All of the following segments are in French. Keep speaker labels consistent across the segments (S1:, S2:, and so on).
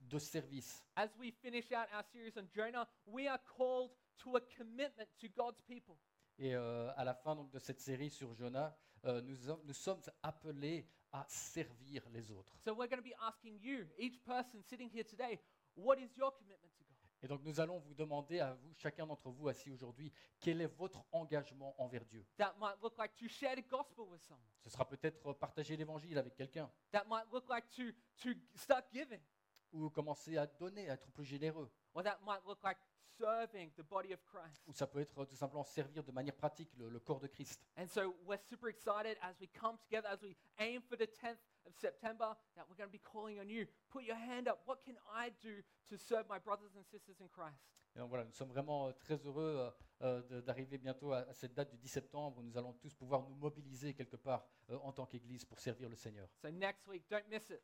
S1: de service.
S2: As we finish out our series on Jonah, we are called to a commitment to God's people.
S1: Et euh, à la fin donc, de cette série sur Jonah, euh, nous, a- nous sommes appelés à servir les autres.
S2: So we're going to be asking you, each person sitting here today, what is your commitment to God?
S1: Et donc nous allons vous demander à vous, chacun d'entre vous assis aujourd'hui, quel est votre engagement envers Dieu.
S2: That might look like to share the gospel with someone.
S1: Ce sera peut-être partager l'évangile avec quelqu'un,
S2: That might look like to, to start giving.
S1: ou commencer à donner, à être plus généreux,
S2: Or that might look like serving the body of Christ.
S1: ou ça peut être euh, tout simplement servir de manière pratique le, le corps de Christ.
S2: And so we're super excited as we come together, as we aim for the 10th of September, that we're going to be calling on you. Put your hand up. What can I do to serve my brothers and sisters in Christ?
S1: Et donc voilà, nous sommes vraiment euh, très heureux euh, euh, de- d'arriver bientôt à, à cette date du 10 septembre où nous allons tous pouvoir nous mobiliser quelque part euh, en tant qu'Église pour servir le Seigneur.
S2: So next week, don't miss it.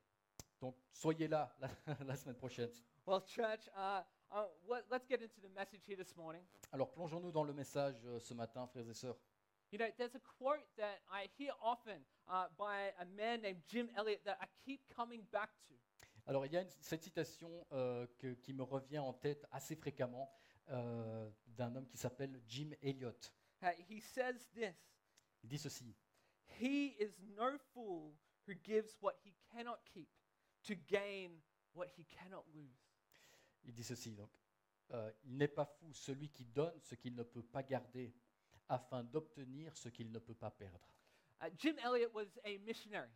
S1: Donc soyez là la, la semaine prochaine.
S2: Well, church, uh, uh, what, let's get into the message here this morning.
S1: Alors plongeons-nous dans le message euh, ce matin, frères et sœurs.
S2: You know, there's a quote that I hear often uh, by a man named Jim Elliot that I keep coming back to.
S1: Alors il y a une- cette citation euh, que- qui me revient en tête assez fréquemment euh, d'un homme qui s'appelle Jim Elliot.
S2: Uh, he says this
S1: Il dit ceci.
S2: He is no fool who gives what he cannot keep to gain what he cannot lose.
S1: Il dit ceci donc. euh, il n'est pas fou celui qui donne ce qu'il ne peut pas garder afin d'obtenir ce qu'il ne peut pas perdre.
S2: Uh, Jim Elliot was a missionary,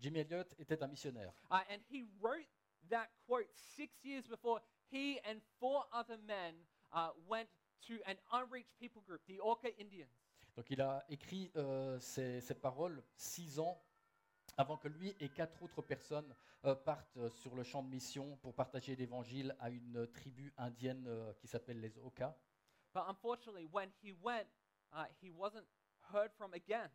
S1: Jim Elliot était un missionnaire
S2: uh, and he wrote that quote six years before he and four other men uh, went to an unreached people group, the Orca Indians.
S1: Donc il a écrit euh, ces, ces paroles six ans avant que lui et quatre autres personnes euh, partent euh, sur le champ de mission pour partager l'évangile à une euh, tribu indienne euh, qui s'appelle les Oka.
S2: But unfortunately, when he went, uh, he wasn't heard from again.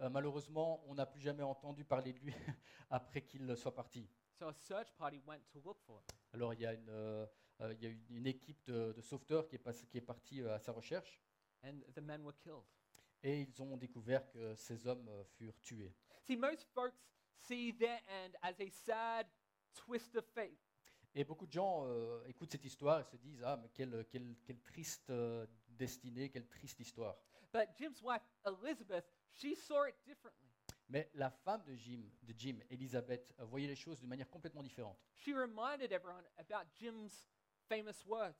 S1: Euh, malheureusement, on n'a plus jamais entendu parler de lui après qu'il soit parti.
S2: So a search party went to look for him.
S1: Alors il y a une, euh, euh, il y a une- une équipe de, de sauveteurs qui est, passée- qui est partie euh, à sa recherche
S2: And the men were killed.
S1: et ils ont découvert que ces hommes euh, furent tués.
S2: See, most folks see their end as a sad twist of fate.
S1: Et beaucoup de gens euh, écoutent cette histoire et se disent Ah, mais quelle, quelle- quelle triste euh, destinée, quelle triste histoire.
S2: But Jim's wife, Elizabeth, she saw it differently.
S1: Mais la femme de Jim, de Jim Elisabeth, euh, voyait les choses d'une manière complètement différente.
S2: She reminded everyone about Jim's famous words.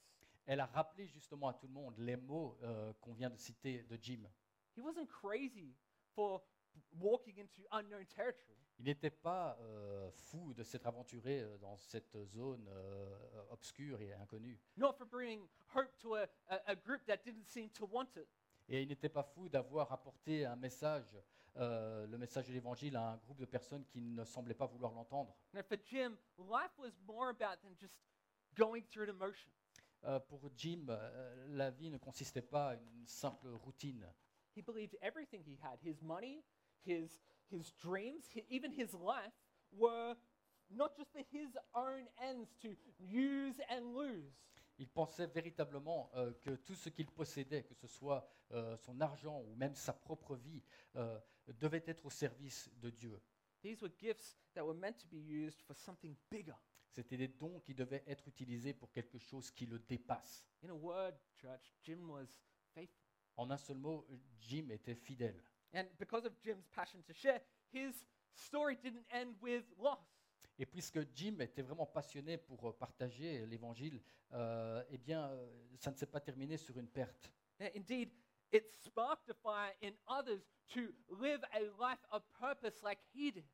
S1: Elle a rappelé justement à tout le monde les mots euh, qu'on vient de citer de Jim.
S2: He wasn't crazy for walking into unknown territory.
S1: Il n'était pas euh, fou de s'être aventuré euh, dans cette zone euh, obscure et inconnue.
S2: Not for bringing hope to a, a, a group that didn't seem to want it.
S1: Et il n'était pas fou d'avoir apporté un message, euh, le message de l'Évangile, à un groupe de personnes qui ne semblaient pas vouloir l'entendre.
S2: Now, for Jim, life was more about than just going through the motion.
S1: Euh, pour Jim, euh, la vie ne consistait pas à une simple routine.
S2: He believed everything he had his money, his, his dreams, hi- even his life were not just for his own ends to use and lose.
S1: Il pensait véritablement euh, que tout ce qu'il possédait, que ce soit euh, son argent ou même sa propre vie, euh, devait être au service de Dieu.
S2: These were gifts that were meant to be used for something bigger.
S1: C'était des dons qui devaient être utilisés pour quelque chose qui le dépasse.
S2: In a word, church, Jim was faithful.
S1: En un seul mot, Jim était fidèle.
S2: And because of Jim's passion to share, his story didn't end with loss.
S1: Et puisque Jim était vraiment passionné pour euh, partager l'Évangile, euh, eh bien, euh, ça ne s'est pas terminé sur une perte.
S2: Uh, Indeed, it sparked a fire in others to live a life of purpose like he did.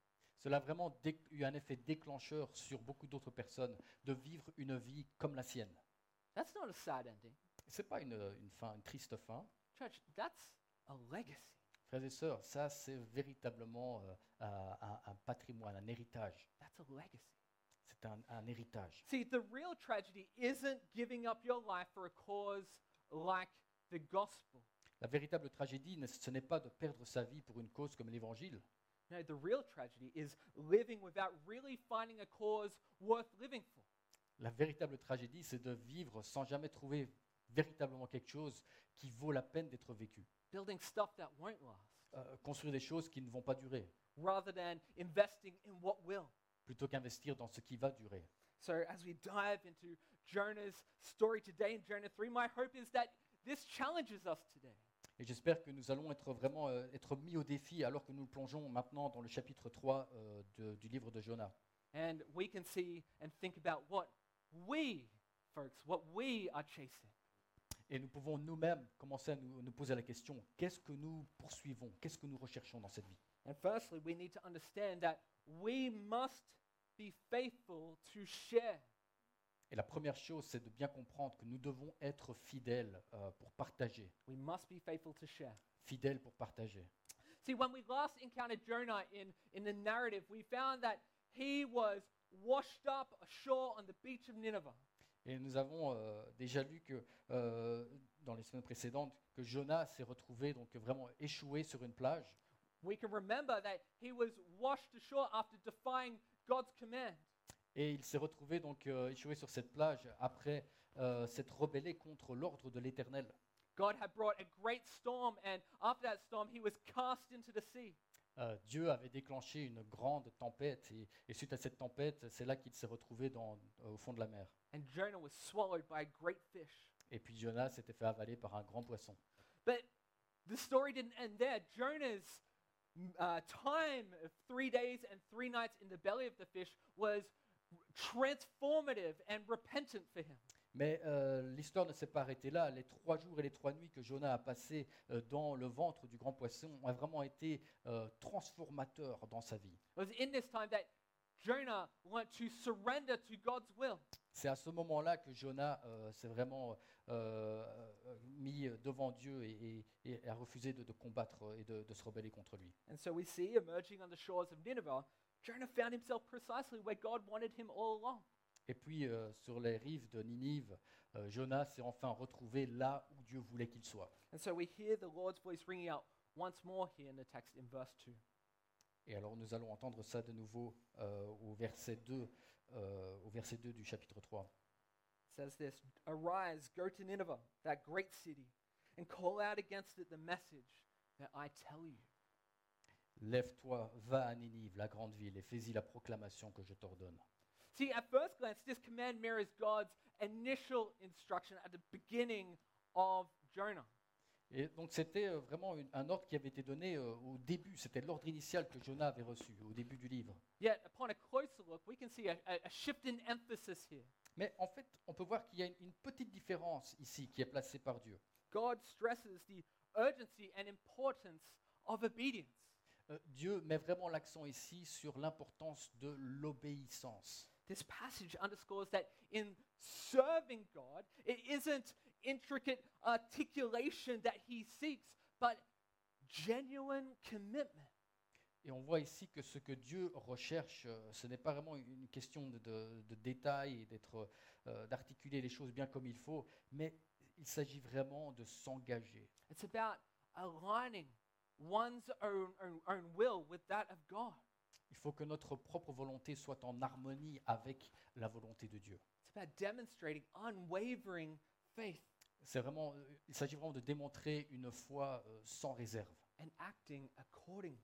S1: Cela a vraiment dé- eu un effet déclencheur sur beaucoup d'autres personnes de vivre une vie comme la sienne.
S2: That's not a sad ending.
S1: Ce n'est pas une, une fin, une triste fin.
S2: Church, that's a legacy.
S1: Frères et sœurs, ça c'est véritablement euh, un, un- un patrimoine, un héritage.
S2: That's a legacy.
S1: C'est un, un héritage.
S2: See, the real tragedy isn't giving up your life for a cause like the gospel.
S1: La véritable tragédie, ne- ce n'est pas de perdre sa vie pour une cause comme l'Évangile.
S2: No, the real tragedy is living without really finding a cause worth living for.
S1: La véritable tragédie, c'est de vivre sans jamais trouver véritablement quelque chose qui vaut la peine d'être vécu.
S2: Building stuff that won't last.
S1: Euh, construire des choses qui ne vont pas durer,
S2: rather than investing in what will.
S1: plutôt qu'investir dans ce qui va durer.
S2: So, as we dive into Jonah's story today in Jonah 3, my hope is that this challenges us today.
S1: Et j'espère que nous allons être vraiment euh, être mis au défi alors que nous plongeons maintenant dans le chapitre 3 euh, de- du livre de Jonas.
S2: And we can see and think about what we, folks, what we are chasing.
S1: Et nous pouvons nous-mêmes commencer à nous, nous poser la question, qu'est-ce que nous poursuivons Qu'est-ce que nous recherchons dans cette vie
S2: And firstly, we need to understand that we must be faithful to share.
S1: Et la première chose, c'est de bien comprendre que nous devons être fidèles euh, pour partager.
S2: We must be faithful to share.
S1: Fidèles pour partager.
S2: See, when we last encountered Jonah in, in the narrative, we found that he was washed up ashore on the beach of Nineveh.
S1: Et nous avons euh, déjà lu que euh, dans les semaines précédentes que Jonas s'est retrouvé donc vraiment échoué sur une plage.
S2: We can remember that he was washed ashore after defying God's command.
S1: Et il s'est retrouvé donc euh, échoué sur cette plage après euh, s'être rebellé contre l'ordre de l'Éternel.
S2: God had brought a great storm, and after that storm, he was cast into the sea.
S1: Euh, Dieu avait déclenché une grande tempête et, et suite à cette tempête, c'est là qu'il s'est retrouvé dans- euh, au fond de la mer.
S2: And Jonah was swallowed by a great fish.
S1: Et puis Jonas s'était fait avaler par un grand poisson.
S2: But the story didn't end there. Jonah's m- uh, time of three days and three nights in the belly of the fish was transformative and repentant for him.
S1: Mais euh, l'histoire ne s'est pas arrêtée là. Les trois jours et les trois nuits que Jonas a passés euh, dans le ventre du grand poisson ont vraiment été euh, transformateurs dans sa vie.
S2: It was in this time that Jonah learned to surrender to God's will.
S1: C'est à ce moment-là que Jonas euh, s'est vraiment euh, euh, mis devant Dieu et, et- et a refusé de, de combattre et de, de se rebeller contre lui.
S2: And so we see emerging on the shores of Nineveh, Jonah found himself precisely where God wanted him all along.
S1: Et puis, euh, sur les rives de Ninive, euh, Jonas s'est enfin retrouvé là où Dieu voulait qu'il soit.
S2: And so we hear the Lord's voice ringing out once more here in the text in verse 2.
S1: Et alors, nous allons entendre ça de nouveau euh, au, verset 2, euh, au verset 2 du chapitre 3.
S2: says this Arise, go to Nineveh, that great city, and call out against it the message that I tell you.
S1: Lève-toi, va à Ninive, la grande ville, et fais-y la proclamation que je t'ordonne.
S2: See, at first glance, this command mirrors God's initial instruction at the beginning of Jonah.
S1: Et donc, c'était euh, vraiment une- un ordre qui avait été donné euh, au début. C'était l'ordre initial que Jonas avait reçu au début du livre.
S2: Yet, upon a closer look, we can see a, a, a shift in emphasis here.
S1: Mais en fait, on peut voir qu'il y a une, une petite différence ici qui est placée par Dieu.
S2: God stresses the urgency and importance of obedience.
S1: Euh, Dieu met vraiment l'accent ici sur l'importance de l'obéissance.
S2: This passage underscores that in serving God, it isn't intricate articulation that he seeks, but genuine commitment.
S1: Et on voit ici que ce que Dieu recherche, euh, ce n'est pas vraiment une question de, de- de détail et d'être, euh, d'articuler les choses bien comme il faut, mais il s'agit vraiment de s'engager.
S2: It's about aligning one's own, own, own will with that of God.
S1: Il faut que notre propre volonté soit en harmonie avec la volonté de Dieu.
S2: It's about demonstrating unwavering faith
S1: C'est vraiment, euh, il s'agit vraiment de démontrer une foi euh, sans réserve
S2: and acting accordingly.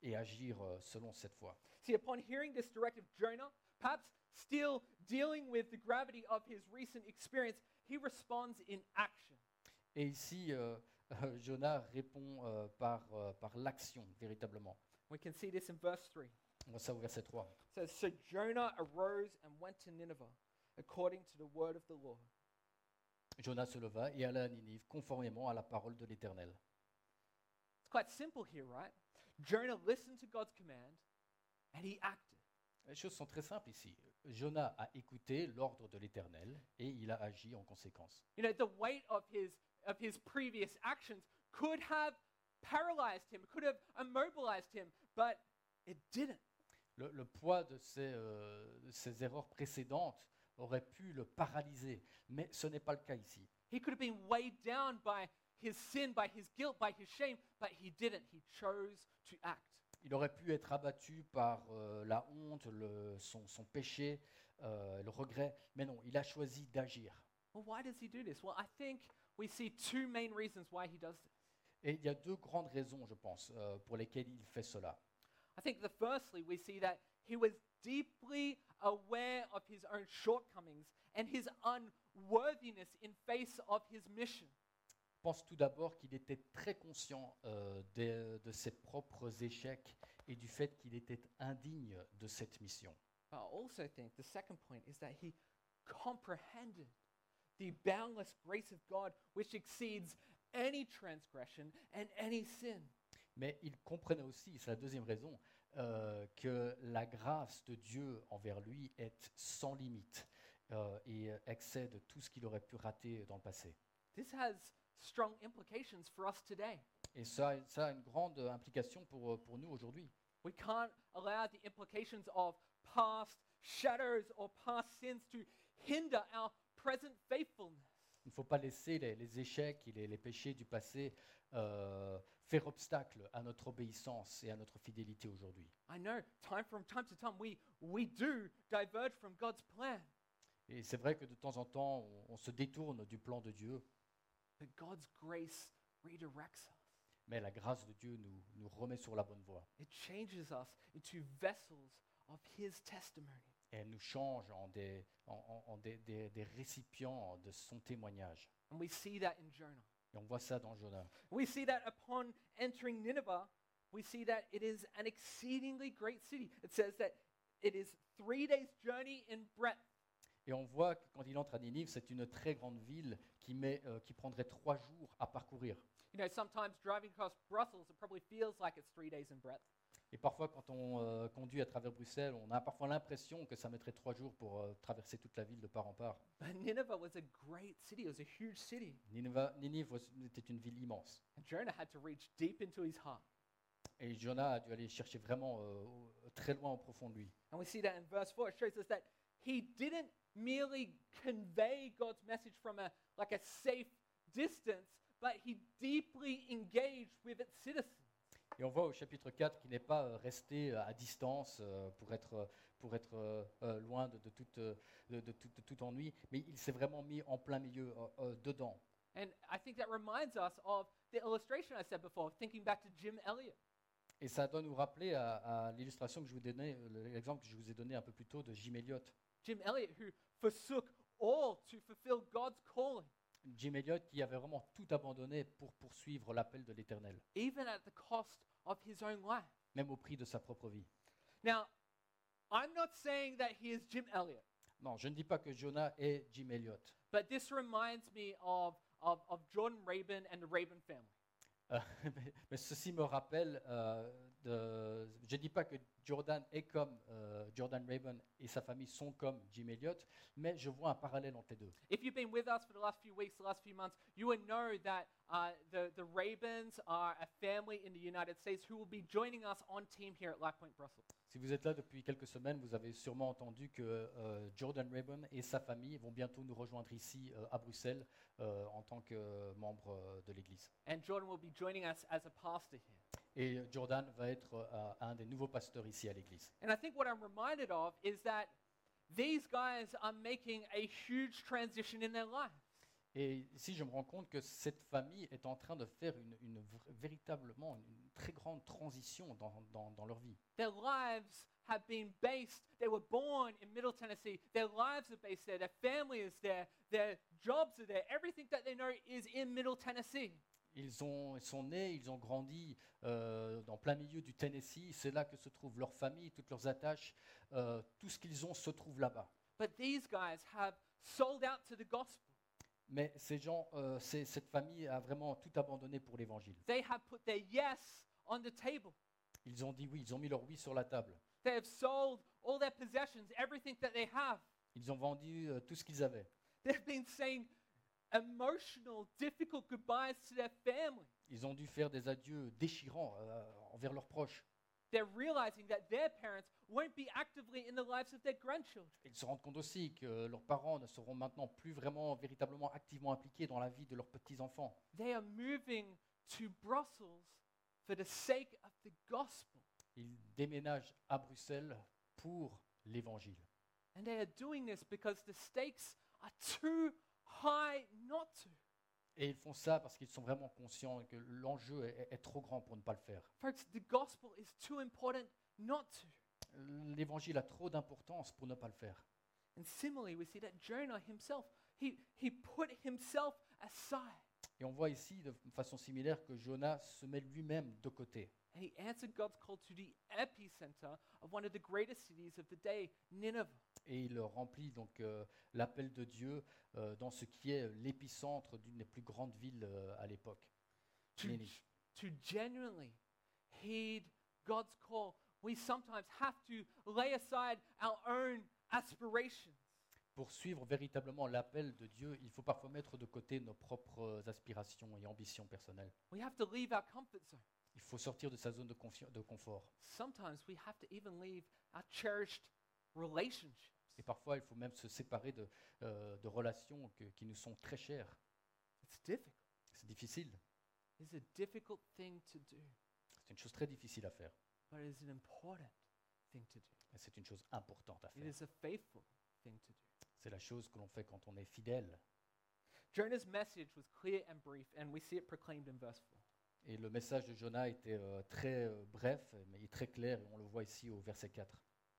S1: et agir euh, selon cette foi.
S2: See, upon hearing this directive, Jonah, perhaps still dealing with the gravity of his recent experience, he responds in action.
S1: Et ici, euh, Jonas répond euh, par, euh, par l'action, véritablement.
S2: We can see this in verse 3.
S1: On voit ça au verset 3.
S2: It says, So Jonah arose and went to Nineveh according to the word of the Lord.
S1: Jonas se leva et alla à Ninive, conformément à la parole de l'Éternel.
S2: It's quite simple here, right? Jonah listened to God's command and he acted.
S1: Les choses sont très simples ici. Jonas a écouté l'ordre de l'Éternel et il a agi en conséquence.
S2: You know, the weight of his of his previous actions could have paralyzed him, could have immobilized him, but it didn't.
S1: Le, le poids de ses, euh, de ses erreurs précédentes aurait pu le paralyser, mais ce n'est pas le cas ici.
S2: He could have been weighed down by his sin, by his guilt, by his shame, but he didn't. He chose to act.
S1: Il aurait pu être abattu par euh, la honte, le- son, son péché, euh, le regret, mais non, il a choisi d'agir.
S2: Well, why does he do this? Well, I think we see two main reasons why he does this.
S1: Et il y a deux grandes raisons, je pense, euh, pour lesquelles il fait cela.
S2: I think the firstly, we see that he was deeply aware of his own shortcomings and his unworthiness in face of his mission.
S1: pense tout d'abord qu'il était très conscient euh, des- de ses propres échecs et du fait qu'il était indigne de cette mission.
S2: But I also think the second point is that he comprehended the boundless grace of God which exceeds any transgression and any sin.
S1: Mais il comprenait aussi, c'est la deuxième raison, euh, que la grâce de Dieu envers lui est sans limite euh, et excède tout ce qu'il aurait pu rater dans le passé.
S2: This has strong implications for us today.
S1: Et ça, ça a une grande implication pour, euh, pour nous aujourd'hui.
S2: We can't allow the implications of past shadows or past sins to hinder our present faithfulness.
S1: Il ne faut pas laisser les, les échecs et les, les péchés du passé euh, faire obstacle à notre obéissance et à notre fidélité aujourd'hui.
S2: I know time from time to time we we do diverge from God's plan,
S1: Et c'est vrai que de temps en temps, on, on se détourne du plan de Dieu,
S2: but God's grace redirects us.
S1: mais la grâce de Dieu nous, nous remet sur la bonne voie.
S2: It changes us into vessels of his testimony.
S1: Et elle nous change en des, en, en- en des, des- des récipients de son témoignage.
S2: And we see that in Jonah.
S1: Et on voit ça dans Jonas.
S2: We see that upon entering Nineveh, we see that it is an exceedingly great city. It says that it is three days' journey in breadth.
S1: Et on voit que quand il entre à Ninive, c'est une très grande ville qui, met, euh, qui prendrait trois jours à parcourir.
S2: You know, sometimes driving across Brussels, it probably feels like it's three days in breadth.
S1: Et parfois, quand on euh, conduit à travers Bruxelles, on a parfois l'impression que ça mettrait trois jours pour euh, traverser toute la ville de part en part.
S2: But Nineveh was a great city, it was a huge city.
S1: Nineveh- Ninive was- était une ville immense.
S2: And Jonah had to reach deep into his heart.
S1: Et Jonas a dû aller chercher vraiment euh, au- très loin au profond de lui.
S2: And we see that in verse 4. It shows us that he didn't merely convey God's message from a like a safe distance, but he deeply engaged with its citizens.
S1: Et on voit au chapitre 4 qu'il n'est pas euh, resté euh, à distance euh, pour être, euh, pour être euh, euh, loin de, de toute, euh, de, de tout, de tout ennui, mais il s'est vraiment mis en plein milieu euh, euh, dedans.
S2: And I think that reminds us of the illustration I said before, thinking back to Jim Elliot.
S1: Et ça doit nous rappeler à, à l'illustration que je vous donnais, euh, l'exemple que je vous ai donné un peu plus tôt de Jim Elliot.
S2: Jim Elliot who forsook all to fulfill God's calling,
S1: Jim Elliot qui avait vraiment tout abandonné pour poursuivre l'appel de l'Éternel,
S2: even at the cost of his own life.
S1: même au prix de sa propre vie.
S2: Now, I'm not saying that he is Jim Elliot,
S1: Non, je ne dis pas que Jonah est Jim Elliot.
S2: but this reminds me of, of, of Jordan Rabin and the Rabin family.
S1: Euh, mais, mais ceci me rappelle, euh, de, je ne dis pas que Jordan est comme euh, Jordan Raven et sa famille sont comme Jim Elliot, mais je vois un parallèle entre les deux.
S2: If you've been with us for the last few weeks, the last few months, you would know that uh, the, the Ravens are a family in the United States who will be joining us on team here at LifePoint Brussels.
S1: Si vous êtes là depuis quelques semaines, vous avez sûrement entendu que euh, Jordan Raven et sa famille vont bientôt nous rejoindre ici euh, à Bruxelles euh, en tant que euh, membre euh, de l'Église.
S2: And Jordan will be joining us as a pastor here.
S1: Et Jordan va être euh, un des nouveaux pasteurs ici à l'Église.
S2: And I think what I'm reminded of is that these guys are making a huge transition in their life.
S1: Et ici, je me rends compte que cette famille est en train de faire une, une vr- véritablement une, une très grande transition dans- dans- dans leur vie.
S2: Their lives have been based, they were born in Middle Tennessee. Their lives are based there, their family is there, their jobs are there. Everything that they know is in Middle Tennessee.
S1: Ils, ont- ils sont nés, ils ont grandi euh, dans plein milieu du Tennessee. C'est là que se trouve leur famille, toutes leurs attaches. euh, tout ce qu'ils ont se trouve là-bas.
S2: But these guys have sold out to the gospel.
S1: Mais ces gens, euh, c'est- cette famille a vraiment tout abandonné pour l'évangile.
S2: They have put their yes on the table.
S1: Ils ont dit oui, ils ont mis leur oui sur la table.
S2: They have sold all their possessions, everything that they have.
S1: Ils ont vendu euh, tout ce qu'ils avaient.
S2: They've been saying emotional, difficult goodbyes to their family.
S1: Ils ont dû faire des adieux déchirants euh, envers leurs proches.
S2: They're realizing that their parents won't be actively in the lives of their grandchildren.
S1: Ils se rendent compte aussi que leurs parents ne seront maintenant plus vraiment, véritablement, activement impliqués dans la vie de leurs petits-enfants.
S2: They are moving to Brussels for the sake of the gospel.
S1: Ils déménagent à Bruxelles pour l'évangile.
S2: And they are doing this because the stakes are too high not to.
S1: Et ils font ça parce qu'ils sont vraiment conscients que l'enjeu est, est- est trop grand pour ne pas le faire.
S2: Folks, the gospel is too important not to.
S1: l'évangile a trop d'importance pour ne pas le faire.
S2: And similarly, we see that Jonah himself, he, he put himself aside
S1: Et on voit ici de façon similaire que Jonas se met lui-même de côté.
S2: and he answered God's call to the epicenter of one of the greatest cities of the day, Nineveh.
S1: Et il remplit donc euh, l'appel de Dieu euh, dans ce qui est l'épicentre d'une des plus grandes villes euh, à l'époque.
S2: To,
S1: Nineveh.
S2: to genuinely heed God's call, we sometimes have to lay aside our own aspirations.
S1: Pour suivre véritablement l'appel de Dieu, il faut parfois mettre de côté nos propres aspirations et ambitions personnelles.
S2: We have to leave our comfort zone.
S1: Il faut sortir de sa zone de, confi- de confort.
S2: Sometimes we have to even leave our cherished relationships.
S1: Et parfois, il faut même se séparer de, euh, de relations que- qui nous sont très chères.
S2: It's difficult.
S1: C'est difficile.
S2: It's a difficult thing to do,
S1: C'est une chose très difficile à faire.
S2: but it is an important thing to do.
S1: Mais c'est une chose importante à
S2: It
S1: faire.
S2: is a faithful thing to do.
S1: C'est la chose que l'on fait quand on est fidèle.
S2: Jonah's message was clear and brief, and we see it proclaimed in verse 4.
S1: Et le message de Jonas était euh, très euh, bref, mais très clair, et on le voit ici au verset 4.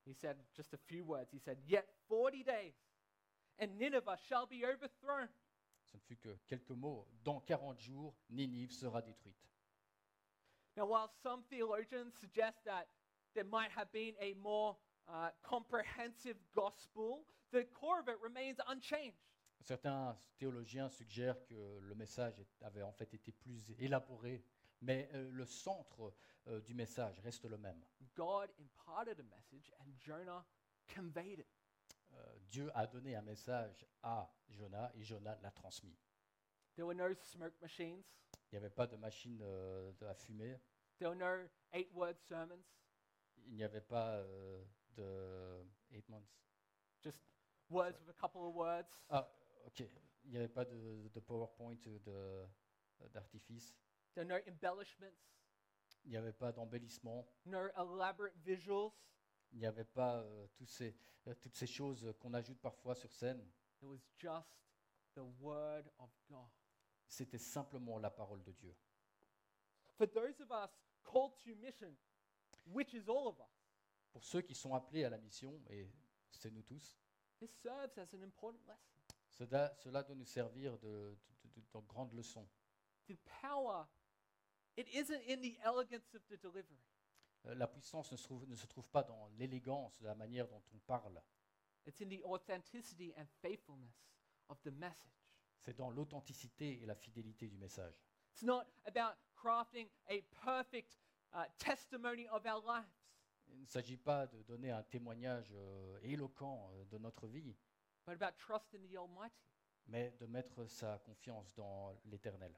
S2: He said just a few words. He said, Yet 40 days, and Nineveh shall be overthrown.
S1: Ce ne fut que quelques mots. Dans 40 jours, Ninive sera détruite.
S2: Now, while some theologians suggest that there might have been a more uh, comprehensive gospel, the core of it remains unchanged.
S1: Certains théologiens suggèrent que le message est- avait en fait été plus élaboré, mais euh, le centre euh, du message reste le même.
S2: God imparted a message, and Jonah conveyed it.
S1: Euh, Dieu a donné un message à Jonas et Jonas l'a transmis.
S2: There were no smoke machines,
S1: Il n'y avait pas de machine euh, de- à fumer,
S2: there were no eight word sermons,
S1: il n'y avait pas euh, de eight months.
S2: just words with a couple of words.
S1: Ah, ok. Il n'y avait pas de, de PowerPoint, euh, de- euh, d'artifice.
S2: There were no embellishments,
S1: Il n'y avait pas d'embellissement.
S2: no elaborate visuals.
S1: Il n'y avait pas euh, tous ces- euh, toutes ces choses qu'on ajoute parfois sur scène.
S2: It was just the Word of God.
S1: C'était simplement la parole de Dieu.
S2: For those of us called to mission, which is all of us,
S1: Pour ceux qui sont appelés à la mission, et c'est nous tous,
S2: this serves as an important lesson.
S1: cela, cela doit nous servir de, de- de- de grande leçon.
S2: The power, it isn't in the elegance of the delivery,
S1: Euh, La puissance ne se trouve, ne se trouve pas dans l'élégance de la manière dont on parle.
S2: it's in the authenticity and faithfulness of the message.
S1: C'est dans l'authenticité et la fidélité du message.
S2: It's not about crafting a perfect uh, testimony of our lives.
S1: Il ne s'agit pas de donner un témoignage euh, éloquent euh, de notre vie,
S2: But about trust in the Almighty.
S1: mais de mettre sa confiance dans l'Éternel.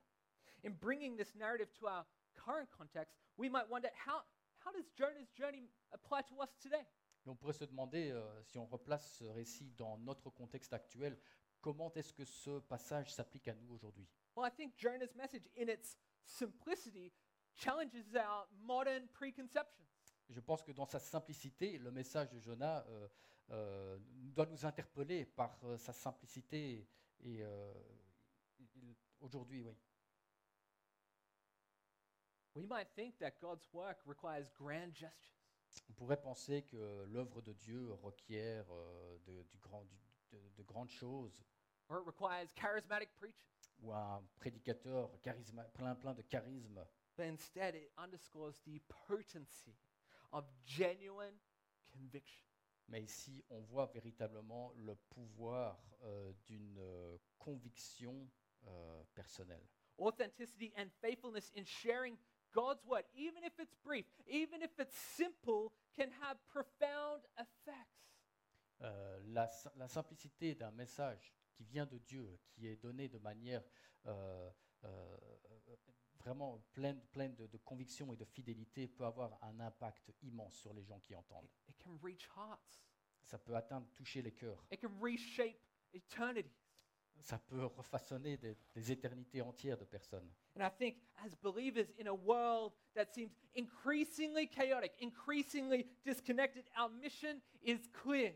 S2: In bringing this narrative to our current context, we might wonder how, how does Jonah's journey apply to us today?
S1: Et on pourrait se demander, euh, si on replace ce récit dans notre contexte actuel, comment est-ce que ce passage s'applique à nous aujourd'hui
S2: Well, I think Jonah's message, in its simplicity, challenges our modern preconceptions.
S1: Je pense que dans sa simplicité, le message de Jonas euh, euh, doit nous interpeller par euh, sa simplicité. Et euh, il- aujourd'hui, oui.
S2: We might think that God's work requires grand gestures,
S1: On pourrait penser que l'œuvre de Dieu requiert euh, de, du grand- du- de- de grandes choses,
S2: or it requires charismatic preachers.
S1: ou un prédicateur charisma- plein, plein de charisme.
S2: But instead, it underscores the potency of genuine conviction.
S1: Mais ici, on voit véritablement le pouvoir euh, d'une euh, conviction euh, personnelle.
S2: Authenticity and faithfulness in sharing God's word, even if it's brief, even if it's simple, can have profound effects.
S1: Euh, la, si- la simplicité d'un message qui vient de Dieu, qui est donné de manière euh, euh, euh, vraiment pleine, pleine de, de conviction et de fidélité, peut avoir un impact immense sur les gens qui entendent.
S2: It- it can reach hearts,
S1: Ça peut atteindre, toucher les cœurs.
S2: it can reshape eternities.
S1: Ça peut refaçonner des, des éternités entières de personnes.
S2: And I think as believers in a world that seems increasingly chaotic, increasingly disconnected, our mission is clear.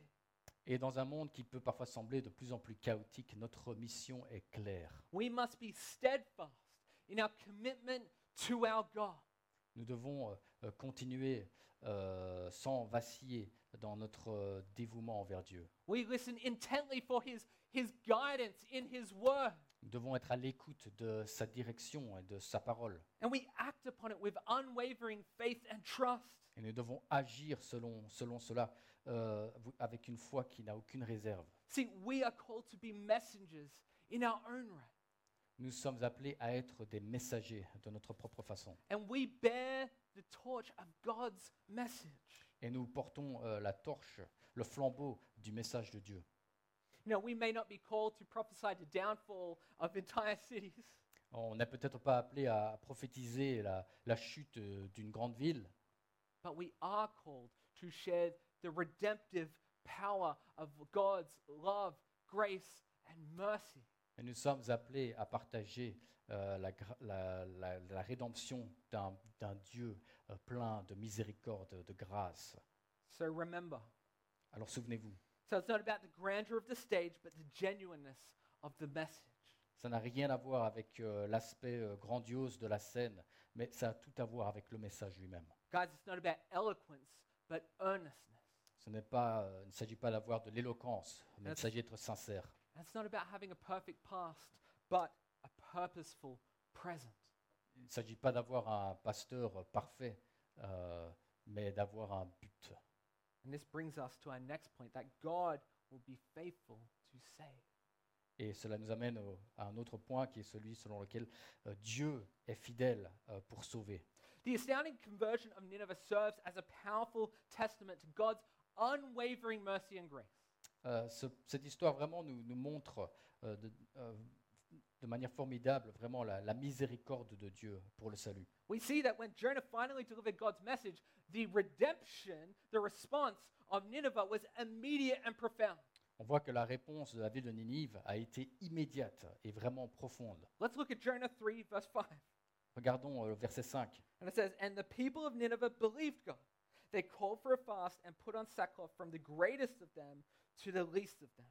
S1: Et dans un monde qui peut parfois sembler de plus en plus chaotique, notre mission est claire.
S2: We must be steadfast in our commitment to our God.
S1: Nous devons euh, euh, continuer euh, sans vaciller dans notre euh, dévouement envers Dieu.
S2: We listen intently for his, his guidance in his word,
S1: Nous devons être à l'écoute de sa direction et de sa parole.
S2: and we act upon it with unwavering faith and trust.
S1: Et nous devons agir selon, selon cela euh, vous- avec une foi qui n'a aucune réserve.
S2: See, we are called to be messengers in our own right.
S1: Nous sommes appelés à être des messagers de notre propre façon.
S2: and we bear the torch of God's message.
S1: Et nous portons euh, la torche, le flambeau du message de Dieu.
S2: You know, we may not be called to prophesy the downfall of entire cities,
S1: On n'est peut-être pas appelé à prophétiser la, la chute euh, d'une grande ville,
S2: but we are called to share the redemptive power of God's love, grace, and mercy.
S1: mais nous sommes appelés à partager euh, la, gra- la- la- la rédemption d'un d'un Dieu euh, plein de miséricorde, de grâce.
S2: So remember,
S1: Alors souvenez-vous,
S2: so it's not about the grandeur of the stage, but the genuineness of the message.
S1: ça n'a rien à voir avec euh, l'aspect euh, grandiose de la scène, mais ça a tout à voir avec le message lui-même.
S2: Guys, it's not about eloquence, but earnestness.
S1: Ce n'est pas, euh, il ne s'agit pas d'avoir de l'éloquence, mais il
S2: That's-
S1: s'agit d'être sincère.
S2: And it's not about having a perfect past, but a purposeful present.
S1: Il ne s'agit pas d'avoir un pasteur euh, parfait, euh, mais d'avoir un but.
S2: And this brings us to our next point that God will be faithful to save.
S1: Et cela nous amène au- à un autre point qui est celui selon lequel euh, Dieu est fidèle euh, pour sauver.
S2: The astounding conversion of Nineveh serves as a powerful testament to God's unwavering mercy and grace.
S1: Euh, ce- cette histoire vraiment nous, nous montre euh, de, euh, de manière formidable vraiment la, la miséricorde de Dieu pour le salut.
S2: We see that when Jonah finally delivered God's message, the redemption, the response of Nineveh was immediate and profound.
S1: On voit que la réponse de la ville de Ninive a été immédiate et vraiment profonde.
S2: Let's look at Jonah 3, verse 5.
S1: Regardons euh, le verset 5.
S2: And it says, And the people of Nineveh believed God. They called for a fast and put on sackcloth from the greatest of them to the least of them.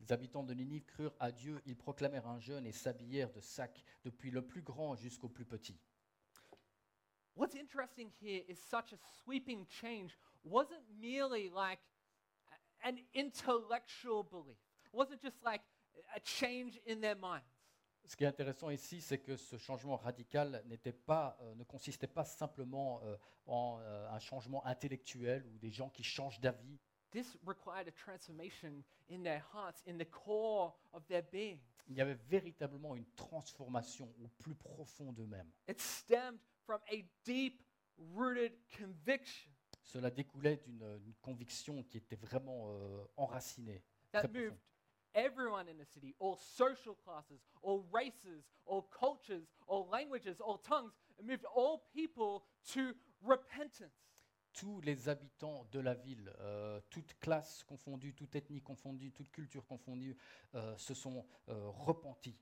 S1: Les habitants de Ninive crurent à Dieu, ils proclamèrent un jeûne et s'habillèrent de sacs, depuis le plus grand jusqu'au plus petit.
S2: What's interesting here is such a sweeping change wasn't merely like a- an intellectual belief, wasn't just like a change in their minds.
S1: Ce qui est intéressant ici, c'est que ce changement radical n'était pas, euh, ne consistait pas simplement euh, en euh, un changement intellectuel ou des gens qui changent d'avis,
S2: This required a transformation in their hearts, in the core of their being.
S1: il y avait véritablement une transformation au plus profond d'eux-mêmes.
S2: It stemmed from a deep rooted conviction
S1: Cela découlait d'une une conviction qui était vraiment euh, enracinée.
S2: that
S1: Très profond.
S2: moved everyone in the city, all social classes, all races, all cultures, all languages, all tongues. It moved all people to repentance.
S1: Tous les habitants de la ville, euh, toute classe confondue, toute ethnie confondue, toute culture confondue, euh, se sont euh, repentis.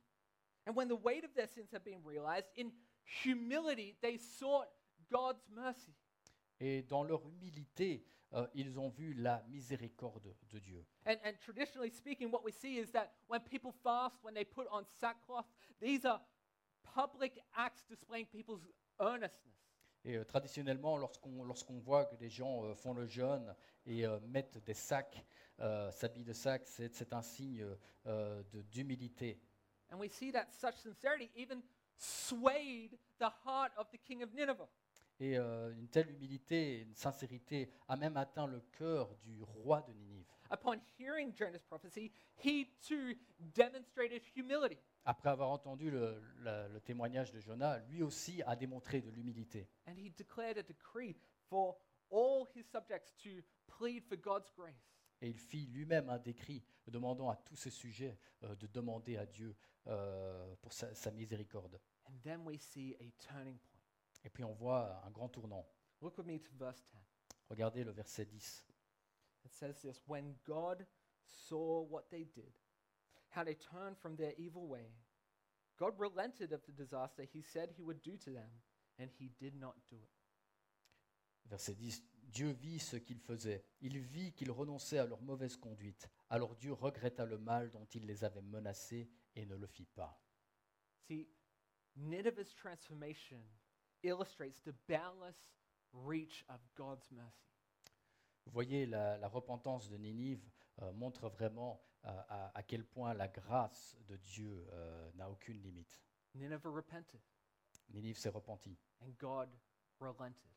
S2: And when the weight of their sins had been realized, in humility they sought God's mercy.
S1: Et dans leur humilité, euh, ils ont vu la miséricorde de Dieu.
S2: And, and traditionally speaking, what we see is that when people fast, when they put on sackcloth, these are public acts displaying people's earnestness.
S1: Et euh, traditionnellement, lorsqu'on lorsqu'on voit que les gens euh, font le jeûne et euh, mettent des sacs, euh, s'habillent de sacs, c'est c'est un signe euh, de- d'humilité.
S2: And we see that such sincerity even swayed the heart of the king of Nineveh.
S1: Et euh, une telle humilité, une sincérité a même atteint le cœur du roi de Ninive.
S2: Upon hearing Jonah's prophecy, he too demonstrated humility.
S1: Après avoir entendu le, la- le témoignage de Jonas, lui aussi a démontré de l'humilité.
S2: And he declared a decree for all his subjects to plead for God's grace.
S1: Et il fit lui-même un décret demandant à tous ses sujets euh, de demander à Dieu euh, pour sa- sa miséricorde.
S2: And then we see a turning point.
S1: Et puis on voit un grand tournant.
S2: Look with me to verse 10.
S1: Regardez le verset 10.
S2: It says this When God saw what they did, how they turned from their evil way, God relented of the disaster he said he would do to them, and he did not do it.
S1: Verset 10. Dieu vit ce qu'ils faisaient. Il vit qu'ils renonçaient à leur mauvaise conduite. Alors Dieu regretta le mal dont il les avait menacés et ne le fit pas.
S2: See, Nineveh's transformation illustrates the boundless reach of God's mercy.
S1: Vous voyez, la, la repentance de Ninive euh, montre vraiment euh, à, à quel point la grâce de Dieu euh, n'a aucune limite.
S2: Nineveh repented,
S1: Ninive s'est repentie
S2: and God relented.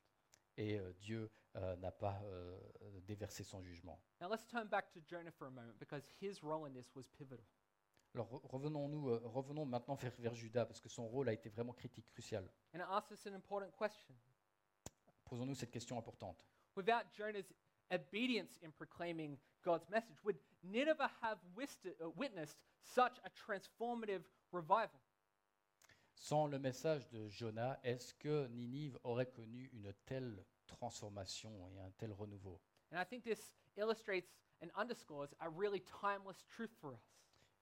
S1: et euh, Dieu euh, n'a pas euh, déversé son jugement.
S2: Now let's turn back to Jonah for a moment because his role in this was pivotal.
S1: Alors re- revenons-nous, euh, revenons maintenant vers, vers Judas, parce que son rôle a été vraiment critique, crucial.
S2: And it asks us an important question.
S1: Posons-nous cette question importante.
S2: Without Jonah's obedience in proclaiming God's message, would Nineveh have wist- uh, witnessed such a transformative revival?
S1: Sans le message de Jonas, est-ce que Ninive aurait connu une telle transformation et un tel renouveau
S2: And I think this illustrates and underscores a really timeless truth for us.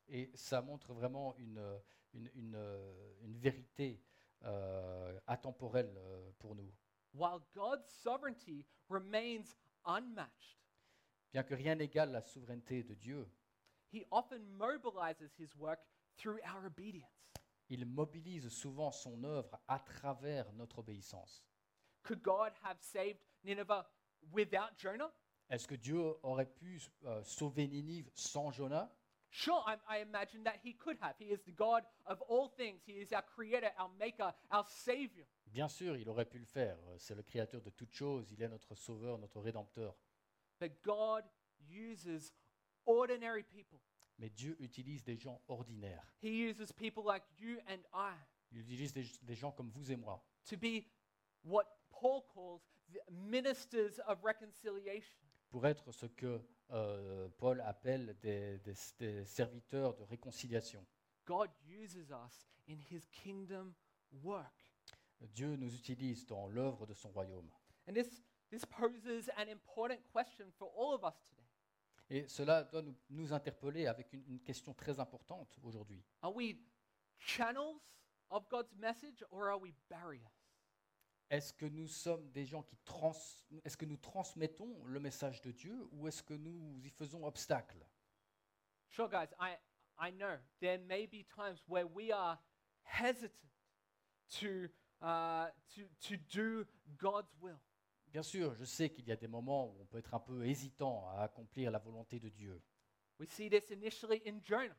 S1: Et ça montre vraiment une, euh, une, une, euh, une vérité euh, atemporelle euh, pour nous.
S2: While God's sovereignty remains unmatched,
S1: Bien que rien n'égale la souveraineté de Dieu,
S2: He often mobilizes His work through our obedience.
S1: il mobilise souvent son œuvre à travers notre obéissance.
S2: Could God have saved Nineveh without Jonah?
S1: Est-ce que Dieu aurait pu euh, sauver Ninive sans Jonas
S2: Sure, I, I imagine that He could have. He is the God of all things, He is our creator, our maker, our savior.
S1: Bien sûr, il aurait pu le faire. Euh, C'est le créateur de toutes choses. Il est notre sauveur, notre rédempteur.
S2: But God uses ordinary people.
S1: Mais Dieu utilise des gens ordinaires.
S2: He uses people like you and I
S1: Il utilise des, des gens comme vous et moi
S2: to be what Paul calls the ministers of reconciliation.
S1: pour être ce que euh, Paul appelle des, des- des serviteurs de réconciliation.
S2: God uses us in his kingdom work.
S1: Dieu nous utilise dans l'œuvre de son royaume.
S2: And this, this poses an important question for all of us today.
S1: Et cela doit nous, nous interpeller avec une, une question très importante aujourd'hui.
S2: Are we channels of God's message or are we barriers?
S1: Est-ce que nous sommes des gens qui trans, est-ce que nous transmettons le message de Dieu ou est-ce que nous y faisons obstacle
S2: Sure, guys, I, I know there may be times where we are hesitant to, uh, to, to do God's will.
S1: Bien sûr, je sais qu'il y a des moments où on peut être un peu hésitant à accomplir la volonté de Dieu.
S2: We see this initially in Jonah.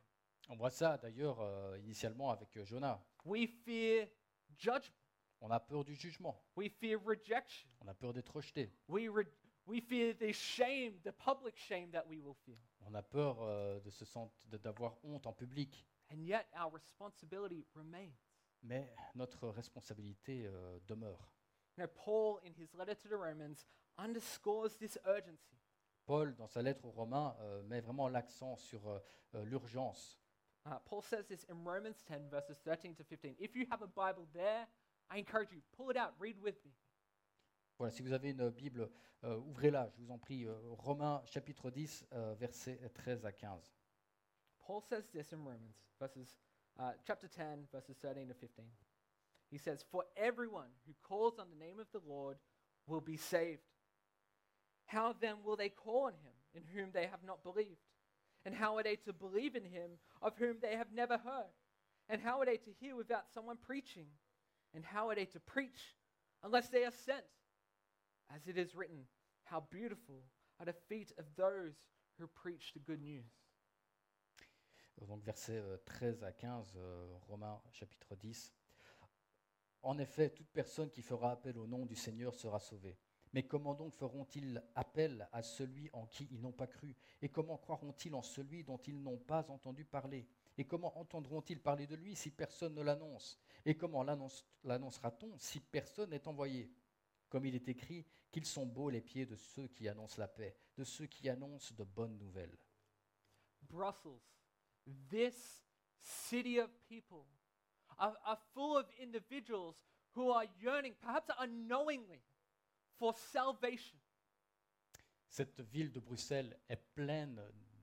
S1: On voit ça d'ailleurs euh, initialement avec euh, Jonas.
S2: We fear judgment.
S1: On a peur du jugement,
S2: We fear rejection.
S1: on a peur d'être rejeté,
S2: We, re- we fear the shame, the public shame that we will feel.
S1: on a peur euh, de se sent- de- d'avoir honte en public.
S2: And yet our responsibility remains.
S1: Mais notre responsabilité euh, demeure.
S2: Now, Paul, in his letter to the Romans, underscores this urgency.
S1: Paul, dans sa lettre aux Romains, euh, met vraiment l'accent sur euh, euh, l'urgence.
S2: Uh, Paul says this in Romans 10, verses 13 to 15. If you have a Bible there, I encourage you, pull it out, read with me.
S1: Voilà, si vous avez une Bible, euh, ouvrez-la, je vous en prie. euh, Romains chapitre 10, euh, versets 13 à 15.
S2: Paul says this in Romans, verses, uh, chapter 10, verses 13 to 15. He says, For everyone who calls on the name of the Lord will be saved. How then will they call on him in whom they have not believed? And how are they to believe in him of whom they have never heard? And how are they to hear without someone preaching? And how are they to preach unless they are sent? As it is written, How beautiful are the feet of those who preach the good news.
S1: Euh, donc versets euh, 13 à 15, euh, Romains chapitre 10. En effet, toute personne qui fera appel au nom du Seigneur sera sauvée. Mais comment donc feront-ils appel à celui en qui ils n'ont pas cru Et comment croiront-ils en celui dont ils n'ont pas entendu parler Et comment entendront-ils parler de lui si personne ne l'annonce Et comment l'annonce- l'annoncera-t-on si personne n'est envoyé Comme il est écrit, qu'ils sont beaux les pieds de ceux qui annoncent la paix, de ceux qui annoncent de bonnes nouvelles.
S2: Brussels, this city of people, are, are full of individuals who are yearning, perhaps unknowingly, for salvation.
S1: Cette ville de Bruxelles est pleine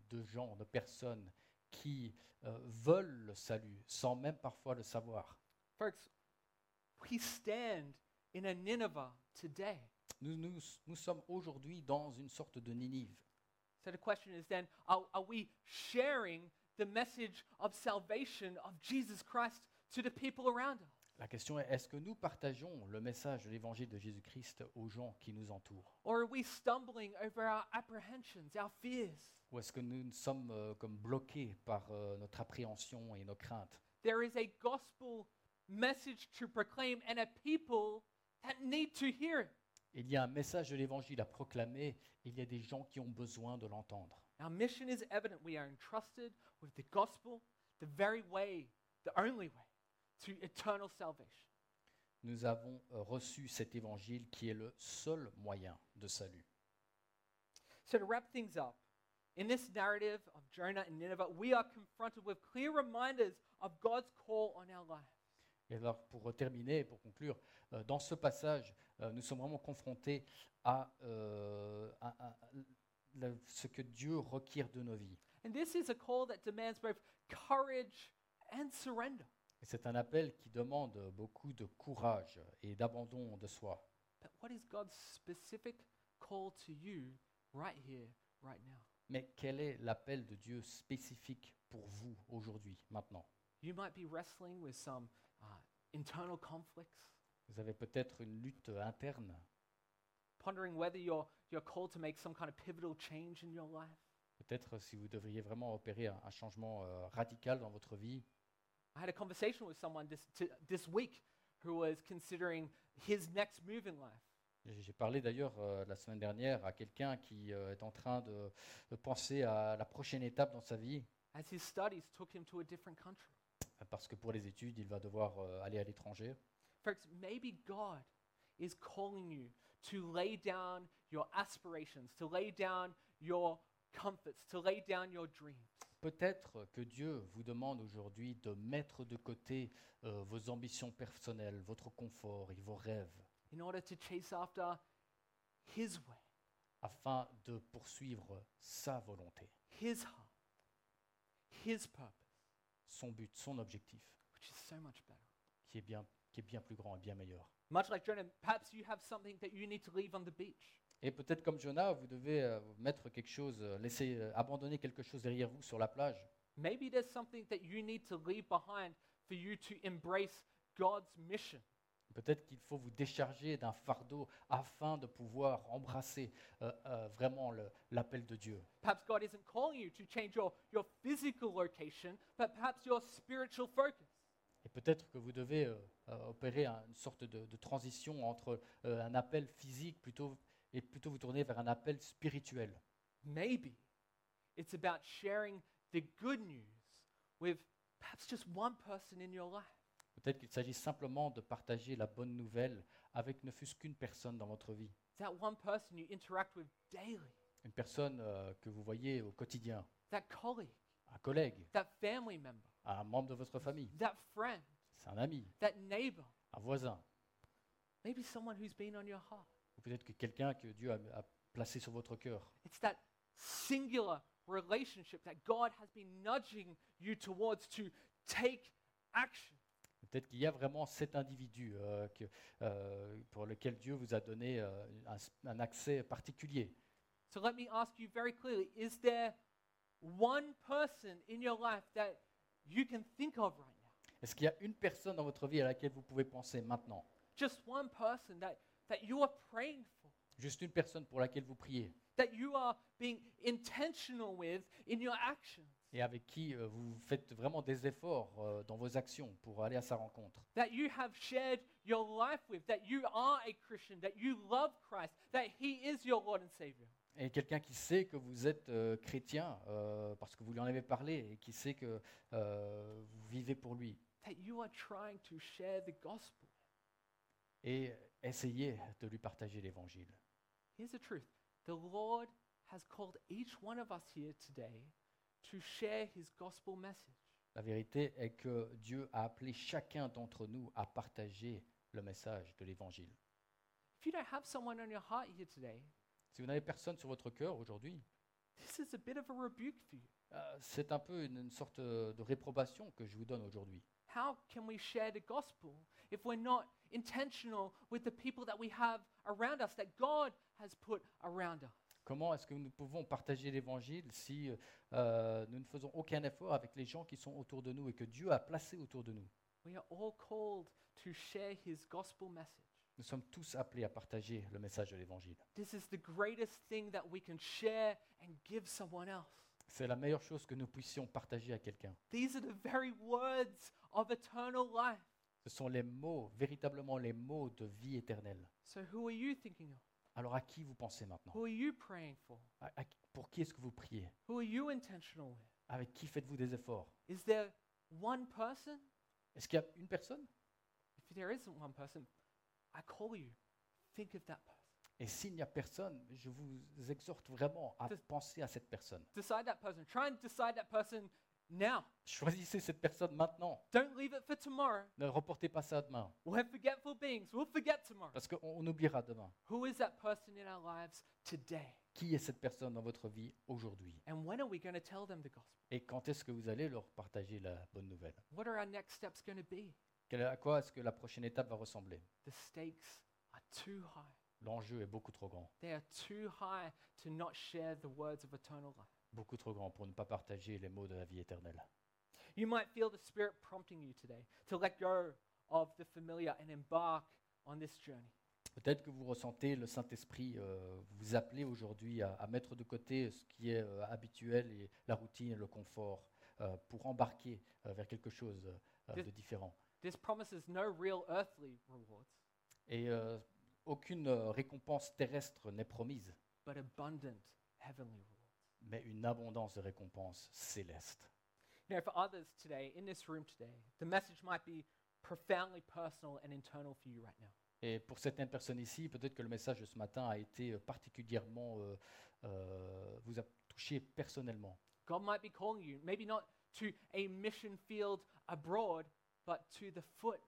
S1: de gens, de personnes qui euh, veulent le salut sans même parfois le savoir.
S2: Folks, we stand in a Nineveh today.
S1: Nous, nous, nous sommes aujourd'hui dans une sorte de Ninive.
S2: So the question is then are, are we sharing the message of salvation of Jesus Christ to the people around us?
S1: La question est, est-ce que nous partageons le message de l'évangile de Jésus-Christ aux gens qui nous entourent
S2: Or are we stumbling over our apprehensions, our fears?
S1: Ou est-ce que nous ne sommes euh, comme bloqués par euh, notre appréhension et nos craintes
S2: There is a gospel message to proclaim and a people that need to hear it.
S1: Il y a un message de l'évangile à proclamer, il y a des gens qui ont besoin de l'entendre.
S2: Our mission is evident. We are entrusted with the gospel, the very way, the only way to eternal salvation.
S1: Nous avons euh, reçu cet évangile qui est le seul moyen de salut.
S2: So, to wrap things up, in this narrative of Jonah and Nineveh, we are confronted with clear reminders of God's call on our life.
S1: Et alors, pour euh, terminer, pour conclure, euh, dans ce passage, euh, nous sommes vraiment confrontés à, euh, à- à- la- ce que Dieu requiert de nos vies.
S2: And this is a call that demands both courage and surrender.
S1: Et C'est un appel qui demande beaucoup de courage et d'abandon de soi.
S2: But what is God's specific call to you right here, right now?
S1: Mais quel est l'appel de Dieu spécifique pour vous aujourd'hui, maintenant
S2: You might be wrestling with some uh, internal conflicts,
S1: Vous avez peut-être une lutte interne,
S2: pondering whether you're, you're called to make some kind of pivotal change in your life.
S1: peut-être si vous devriez vraiment opérer un, un changement euh, radical dans votre vie.
S2: I had a conversation with someone this, t- this week who was considering his next move in life.
S1: J'ai j'ai parlé d'ailleurs euh, la semaine dernière à quelqu'un qui euh, est en train de- de penser à la prochaine étape dans sa vie. euh,
S2: as his studies took him to a different country.
S1: parce que pour les études, il va devoir euh, aller à l'étranger.
S2: Folks, maybe God is calling you to lay down your aspirations, to lay down your comforts, to lay down your dreams.
S1: Peut-être que Dieu vous demande aujourd'hui de mettre de côté euh, vos ambitions personnelles, votre confort et vos rêves,
S2: in order to chase after His way,
S1: afin de poursuivre sa volonté,
S2: His heart, His purpose,
S1: son but, son objectif,
S2: which is so much better.
S1: qui est bien, qui est bien plus grand et bien meilleur.
S2: Much like Jonah, perhaps you have something that you need to leave on the beach.
S1: Et peut-être comme Jonah, vous devez euh, mettre quelque chose, euh, laisser euh, abandonner quelque chose derrière vous sur la plage.
S2: Maybe there's something that you need to leave behind for you to embrace God's mission.
S1: Peut-être qu'il faut vous décharger d'un fardeau afin de pouvoir embrasser euh, euh, vraiment le- l'appel de Dieu.
S2: Perhaps God isn't calling you to change your, your physical location, but perhaps your spiritual focus.
S1: Et peut-être que vous devez euh, euh, opérer un- une sorte de, de transition entre euh, un appel physique plutôt et plutôt vous tourner vers un appel spirituel.
S2: Maybe it's about sharing the good news with perhaps just one person in your life.
S1: Peut-être qu'il s'agit simplement de partager la bonne nouvelle avec ne fût-ce qu'une personne dans votre vie,
S2: that one person you interact with daily,
S1: une personne euh, que vous voyez au quotidien,
S2: that colleague,
S1: un collègue,
S2: that family member,
S1: un membre de votre famille,
S2: that friend,
S1: c'est un ami,
S2: that neighbor,
S1: un voisin,
S2: maybe someone who's been on your heart.
S1: ou peut-être que quelqu'un que Dieu a, a placé sur votre cœur.
S2: It's that singular relationship that God has been nudging you towards to take action.
S1: Peut-être qu'il y a vraiment cet individu euh, que- euh, pour lequel Dieu vous a donné euh, un s- un accès particulier.
S2: So let me ask you very clearly is there one person in your life that you can think of right now?
S1: Est-ce qu'il y a une personne dans votre vie à laquelle vous pouvez penser maintenant
S2: Just one person that, that you are praying for,
S1: Juste une personne pour laquelle vous priez
S2: that you are being intentional with in your actions.
S1: et avec qui euh, vous faites vraiment des efforts euh, dans vos actions pour aller à sa rencontre.
S2: that you have shared your life with, that you are a Christian, that you love Christ, that He is your Lord and Savior.
S1: Et quelqu'un qui sait que vous êtes euh, chrétien euh, parce que vous lui en avez parlé et qui sait que euh, vous vivez pour lui.
S2: That you are trying to share the gospel.
S1: Et essayez de lui partager l'évangile.
S2: Here's the truth the Lord has called each one of us here today to share His gospel message.
S1: La vérité est que Dieu a appelé chacun d'entre nous à partager le message de l'évangile.
S2: If you don't have someone on your heart here today,
S1: Si vous n'avez personne sur votre cœur aujourd'hui,
S2: this is a bit of a rebuke for you.
S1: Euh, c'est un peu une, une sorte euh, de réprobation que je vous donne aujourd'hui.
S2: How can we share the gospel if we're not intentional with the people that we have around us, that God has put around us?
S1: Comment est-ce que nous pouvons partager l'évangile si euh, nous ne faisons aucun effort avec les gens qui sont autour de nous et que Dieu a placés autour de nous
S2: We are all called to share his gospel message.
S1: Nous sommes tous appelés à partager le message de l'Évangile.
S2: This is the greatest thing that we can share and give someone else.
S1: C'est la meilleure chose que nous puissions partager à quelqu'un.
S2: These are the very words of eternal life.
S1: Ce sont les mots, véritablement les mots de vie éternelle.
S2: So, who are you thinking of?
S1: Alors à qui vous pensez maintenant
S2: Who are you praying for?
S1: À- à qui- Pour qui est-ce que vous priez
S2: Who are you intentional with?
S1: Avec qui faites-vous des efforts
S2: Is there one person?
S1: Est-ce qu'il y a une personne
S2: If there isn't one person, I call you. Think of that person.
S1: Et s'il n'y a personne, je vous exhorte vraiment à
S2: C'est-
S1: penser à cette personne.
S2: Decide that person. Try and decide that person now.
S1: Choisissez cette personne maintenant.
S2: Don't leave it for tomorrow.
S1: Ne reportez pas ça à demain,
S2: We're forgetful beings. We'll forget tomorrow.
S1: parce qu'on on oubliera demain.
S2: Who is that person in our lives today?
S1: Qui est cette personne dans votre vie aujourd'hui
S2: And when are we going to tell them the gospel?
S1: Et quand est-ce que vous allez leur partager la bonne nouvelle
S2: What are our next steps going to be?
S1: Quelle- À quoi est-ce que la prochaine étape va ressembler
S2: The stakes are too high.
S1: L'enjeu est beaucoup trop grand,
S2: They are too high to not share the words of eternal life.
S1: beaucoup trop grand pour ne pas partager les mots de la vie éternelle.
S2: You might feel the Spirit prompting you today to let go of the familiar and embark on this journey.
S1: Peut-être que vous ressentez le Saint-Esprit euh, vous appeler aujourd'hui à, à mettre de côté ce qui est euh, habituel et la routine et le confort euh, pour embarquer euh, vers quelque chose euh,
S2: Yes.
S1: de différent.
S2: This promises no real earthly rewards,
S1: Et euh, aucune euh, récompense terrestre n'est promise,
S2: but abundant heavenly rewards.
S1: mais une abondance de récompenses célestes.
S2: You know, for others today, in this room today, the message might be profoundly personal and internal for you right now.
S1: Et pour certaines personnes ici, peut-être que le message de ce matin a été euh, particulièrement euh, euh, vous a touché personnellement.
S2: God might be calling you, maybe not to a mission field abroad, but to the foot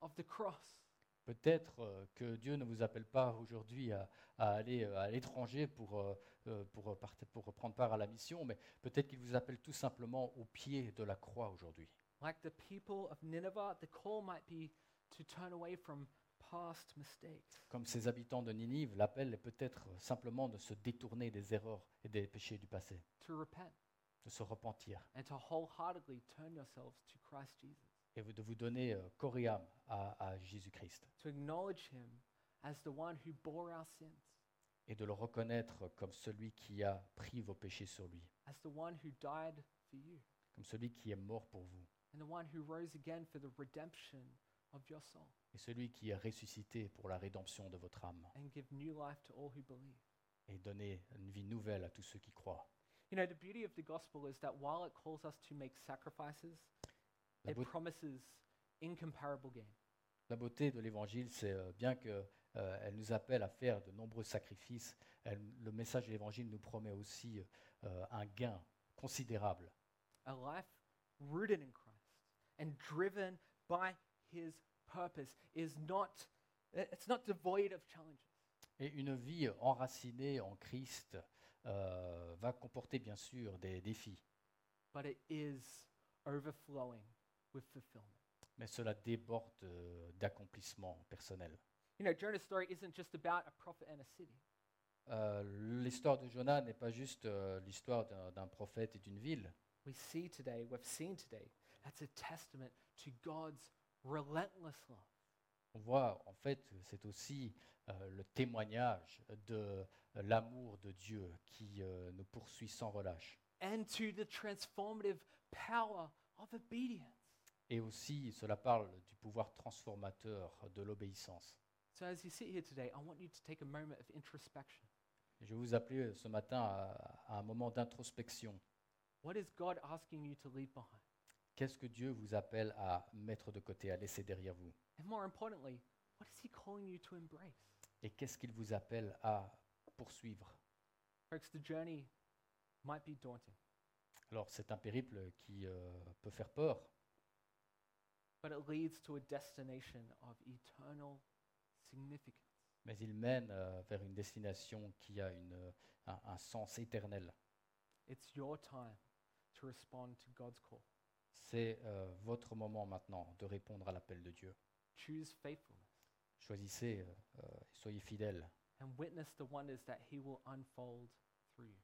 S2: of the cross.
S1: Peut-être euh, que Dieu ne vous appelle pas aujourd'hui à, à aller euh, à l'étranger pour, euh, euh, pour, euh, parta- pour prendre part à la mission, mais peut-être qu'il vous appelle tout simplement au pied de la croix aujourd'hui.
S2: Like the people of Nineveh, the call might be to turn away from past mistakes.
S1: Comme ces habitants de Ninive, l'appel est peut-être euh, simplement de se détourner des erreurs et des péchés du passé,
S2: to repent
S1: de se repentir
S2: and to wholeheartedly turn yourselves to Christ Jesus,
S1: et vous- de vous donner euh, corps et âme à, à Jésus-Christ
S2: to acknowledge him as the one who bore our sins,
S1: et de le reconnaître comme celui qui a pris vos péchés sur lui,
S2: as the one who died for you,
S1: comme celui qui est mort pour vous
S2: and the one who rose again for the redemption of your soul,
S1: et celui qui est ressuscité pour la rédemption de votre âme.
S2: and give new life to all who believe.
S1: et donner une vie nouvelle à tous ceux qui croient.
S2: You know, the beauty of the gospel is that while it calls us to make sacrifices,
S1: La,
S2: it
S1: beau-
S2: promises incomparable gain.
S1: la beauté de l'Évangile, c'est euh, bien que euh, elle nous appelle à faire de nombreux sacrifices, elle- le message de l'Évangile nous promet aussi euh, un gain considérable,
S2: a life rooted in Christ and driven by his purpose is not i- it's not devoid of challenges.
S1: et une vie enracinée en Christ euh, va comporter bien sûr des défis,
S2: but it is overflowing with fulfillment.
S1: mais cela déborde euh, d'accomplissements personnels.
S2: You know, Jonah's story isn't just about a prophet and a city.
S1: Euh, l'histoire de Jonas n'est pas juste euh, l'histoire d'un- d'un prophète et d'une ville.
S2: We see today, we've seen today, that's a testament to God's relentless love.
S1: On voit, en fait, c'est aussi euh, le témoignage de euh, l'amour de Dieu qui euh, nous poursuit sans relâche.
S2: And to the transformative power of obedience.
S1: Et aussi, cela parle du pouvoir transformateur de l'obéissance.
S2: So, as you sit here today, I want you to take a moment of introspection.
S1: Je vais vous appeler euh, ce matin à, à un moment d'introspection.
S2: What is God asking you to leave behind?
S1: Qu'est-ce que Dieu vous appelle à mettre de côté, à laisser derrière vous
S2: And more importantly, what is he calling you to embrace?
S1: Et qu'est-ce qu'il vous appelle à poursuivre
S2: Folks, the journey might be daunting,
S1: Alors, c'est un périple qui euh, peut faire peur,
S2: but it leads to a destination of eternal significance.
S1: mais il mène euh, vers une destination qui a une, euh, un- un sens éternel.
S2: It's your time to respond to God's call.
S1: C'est euh, votre moment maintenant de répondre à l'appel de Dieu.
S2: Choose faithfulness
S1: Choisissez euh, euh, et soyez fidèles,
S2: and witness the wonders that he will unfold through you.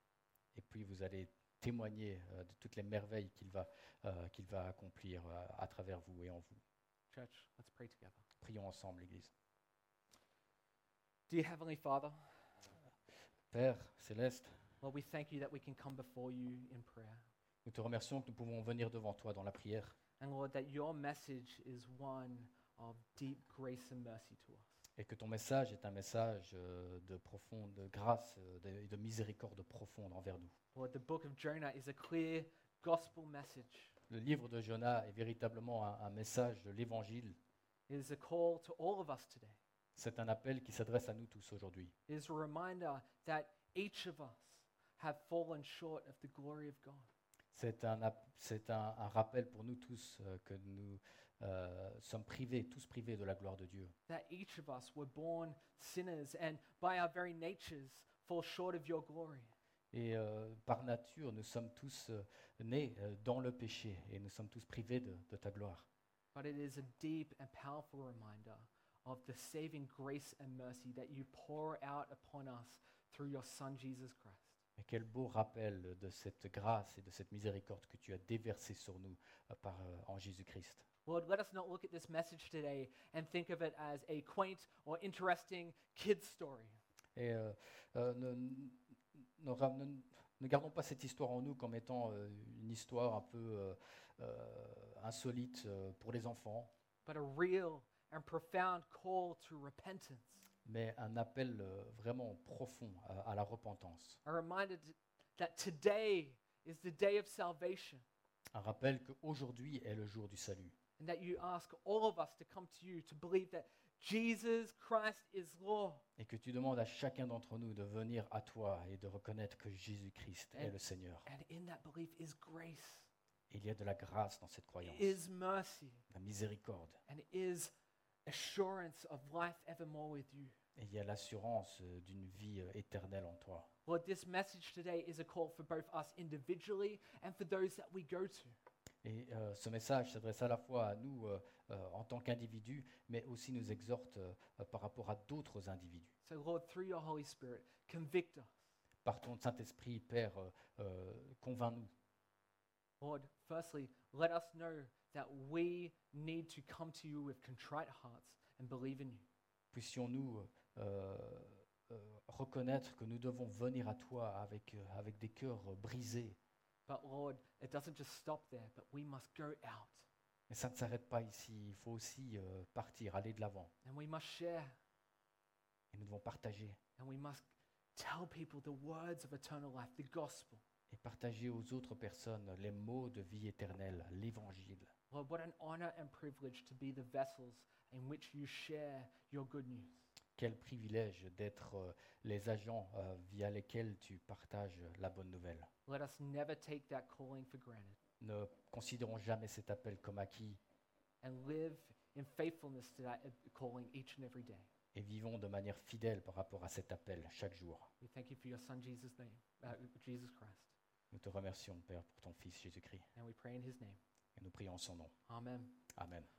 S1: et puis vous allez témoigner euh, de toutes les merveilles qu'il va, euh, qu'il va accomplir euh, à travers vous et en vous.
S2: Church, let's pray together.
S1: Prions ensemble, l'Église.
S2: Dear Heavenly Father,
S1: Père céleste,
S2: Lord, we thank you that we can come before you in prayer.
S1: nous te remercions que nous pouvons venir devant toi dans la prière.
S2: And Lord, that your message is one of deep grace and mercy to us.
S1: et que ton message est un message euh, de profonde grâce euh, de- et de miséricorde profonde envers nous.
S2: Lord, the book of Jonah is a clear gospel message.
S1: Le livre de Jonas est véritablement un, un message de l'Évangile.
S2: It is a call to all of us today.
S1: C'est un appel qui s'adresse à nous tous aujourd'hui.
S2: It is a reminder that each of us have fallen short of the glory of God.
S1: C'est un, ap- c'est un- un rappel pour nous tous euh, que nous euh, sommes privés, tous privés de la gloire de Dieu.
S2: That each of us were born sinners and by our very natures fall short of your glory.
S1: Et euh, par nature, nous sommes tous euh, nés euh, dans le péché et nous sommes tous privés de- de ta gloire.
S2: But it is a deep and powerful reminder of the saving grace and mercy that you pour out upon us through your Son, Jesus Christ.
S1: Et quel beau rappel de cette grâce et de cette miséricorde que tu as déversée sur nous euh, par, euh, en Jésus-Christ.
S2: Lord, let us not look at this message today and think of it as a quaint or interesting kid story.
S1: Et euh, euh, ne, ne ra- ne- ne gardons pas cette histoire en nous comme étant euh, une histoire un peu euh, euh, insolite euh, pour les enfants,
S2: but a real and profound call to repentance.
S1: mais un appel euh, vraiment profond à, à la repentance.
S2: A reminder t- that today is the day of salvation
S1: Un rappel qu'aujourd'hui est le jour du salut
S2: and that you ask all of us to come to you to believe that Jesus Christ is Lord
S1: et que tu demandes à chacun d'entre nous de venir à toi et de reconnaître que Jésus-Christ est
S2: Et-
S1: le Seigneur.
S2: and in that belief is grace,
S1: Il y a de la grâce dans cette croyance,
S2: is mercy,
S1: la miséricorde.
S2: and is assurance of life evermore with you.
S1: Et il y a l'assurance euh, d'une vie euh, éternelle en toi.
S2: Lord, this message today is a call for both us individually and for those that we go to.
S1: Et euh, ce message s'adresse à la fois à nous euh, euh, en tant qu'individus, mais aussi nous exhorte euh, euh, par rapport à d'autres individus.
S2: So, Lord, through your Holy Spirit, convict us.
S1: Par ton Saint-Esprit, Père, euh, euh, convainc-nous.
S2: Lord, firstly, let us know that we need to come to you with contrite hearts and believe in you.
S1: Puissions-nous euh, euh, reconnaître que nous devons venir à toi avec, euh, avec des cœurs euh, brisés.
S2: But Lord, it doesn't just stop there, but we must go out
S1: Mais ça ne s'arrête pas ici. Il faut aussi euh, partir, aller de l'avant.
S2: and we must share
S1: Et nous devons partager.
S2: and we must tell people the words of eternal life, the gospel.
S1: Et partager aux autres personnes les mots de vie éternelle, l'évangile.
S2: Lord, what an honor and privilege to be the vessels in which you share your good news.
S1: Quel privilège d'être euh, les agents euh, via lesquels tu partages la bonne nouvelle.
S2: Let us never take that calling for granted
S1: Ne considérons jamais cet appel comme acquis
S2: and live in faithfulness to that uh, calling each and every day.
S1: et vivons de manière fidèle par rapport à cet appel chaque jour.
S2: We thank you for your son, Jesus' name, uh, Jesus Christ.
S1: Nous te remercions, Père, pour ton Fils Jésus-Christ
S2: And we pray in his name.
S1: et nous prions en son nom.
S2: Amen.
S1: Amen.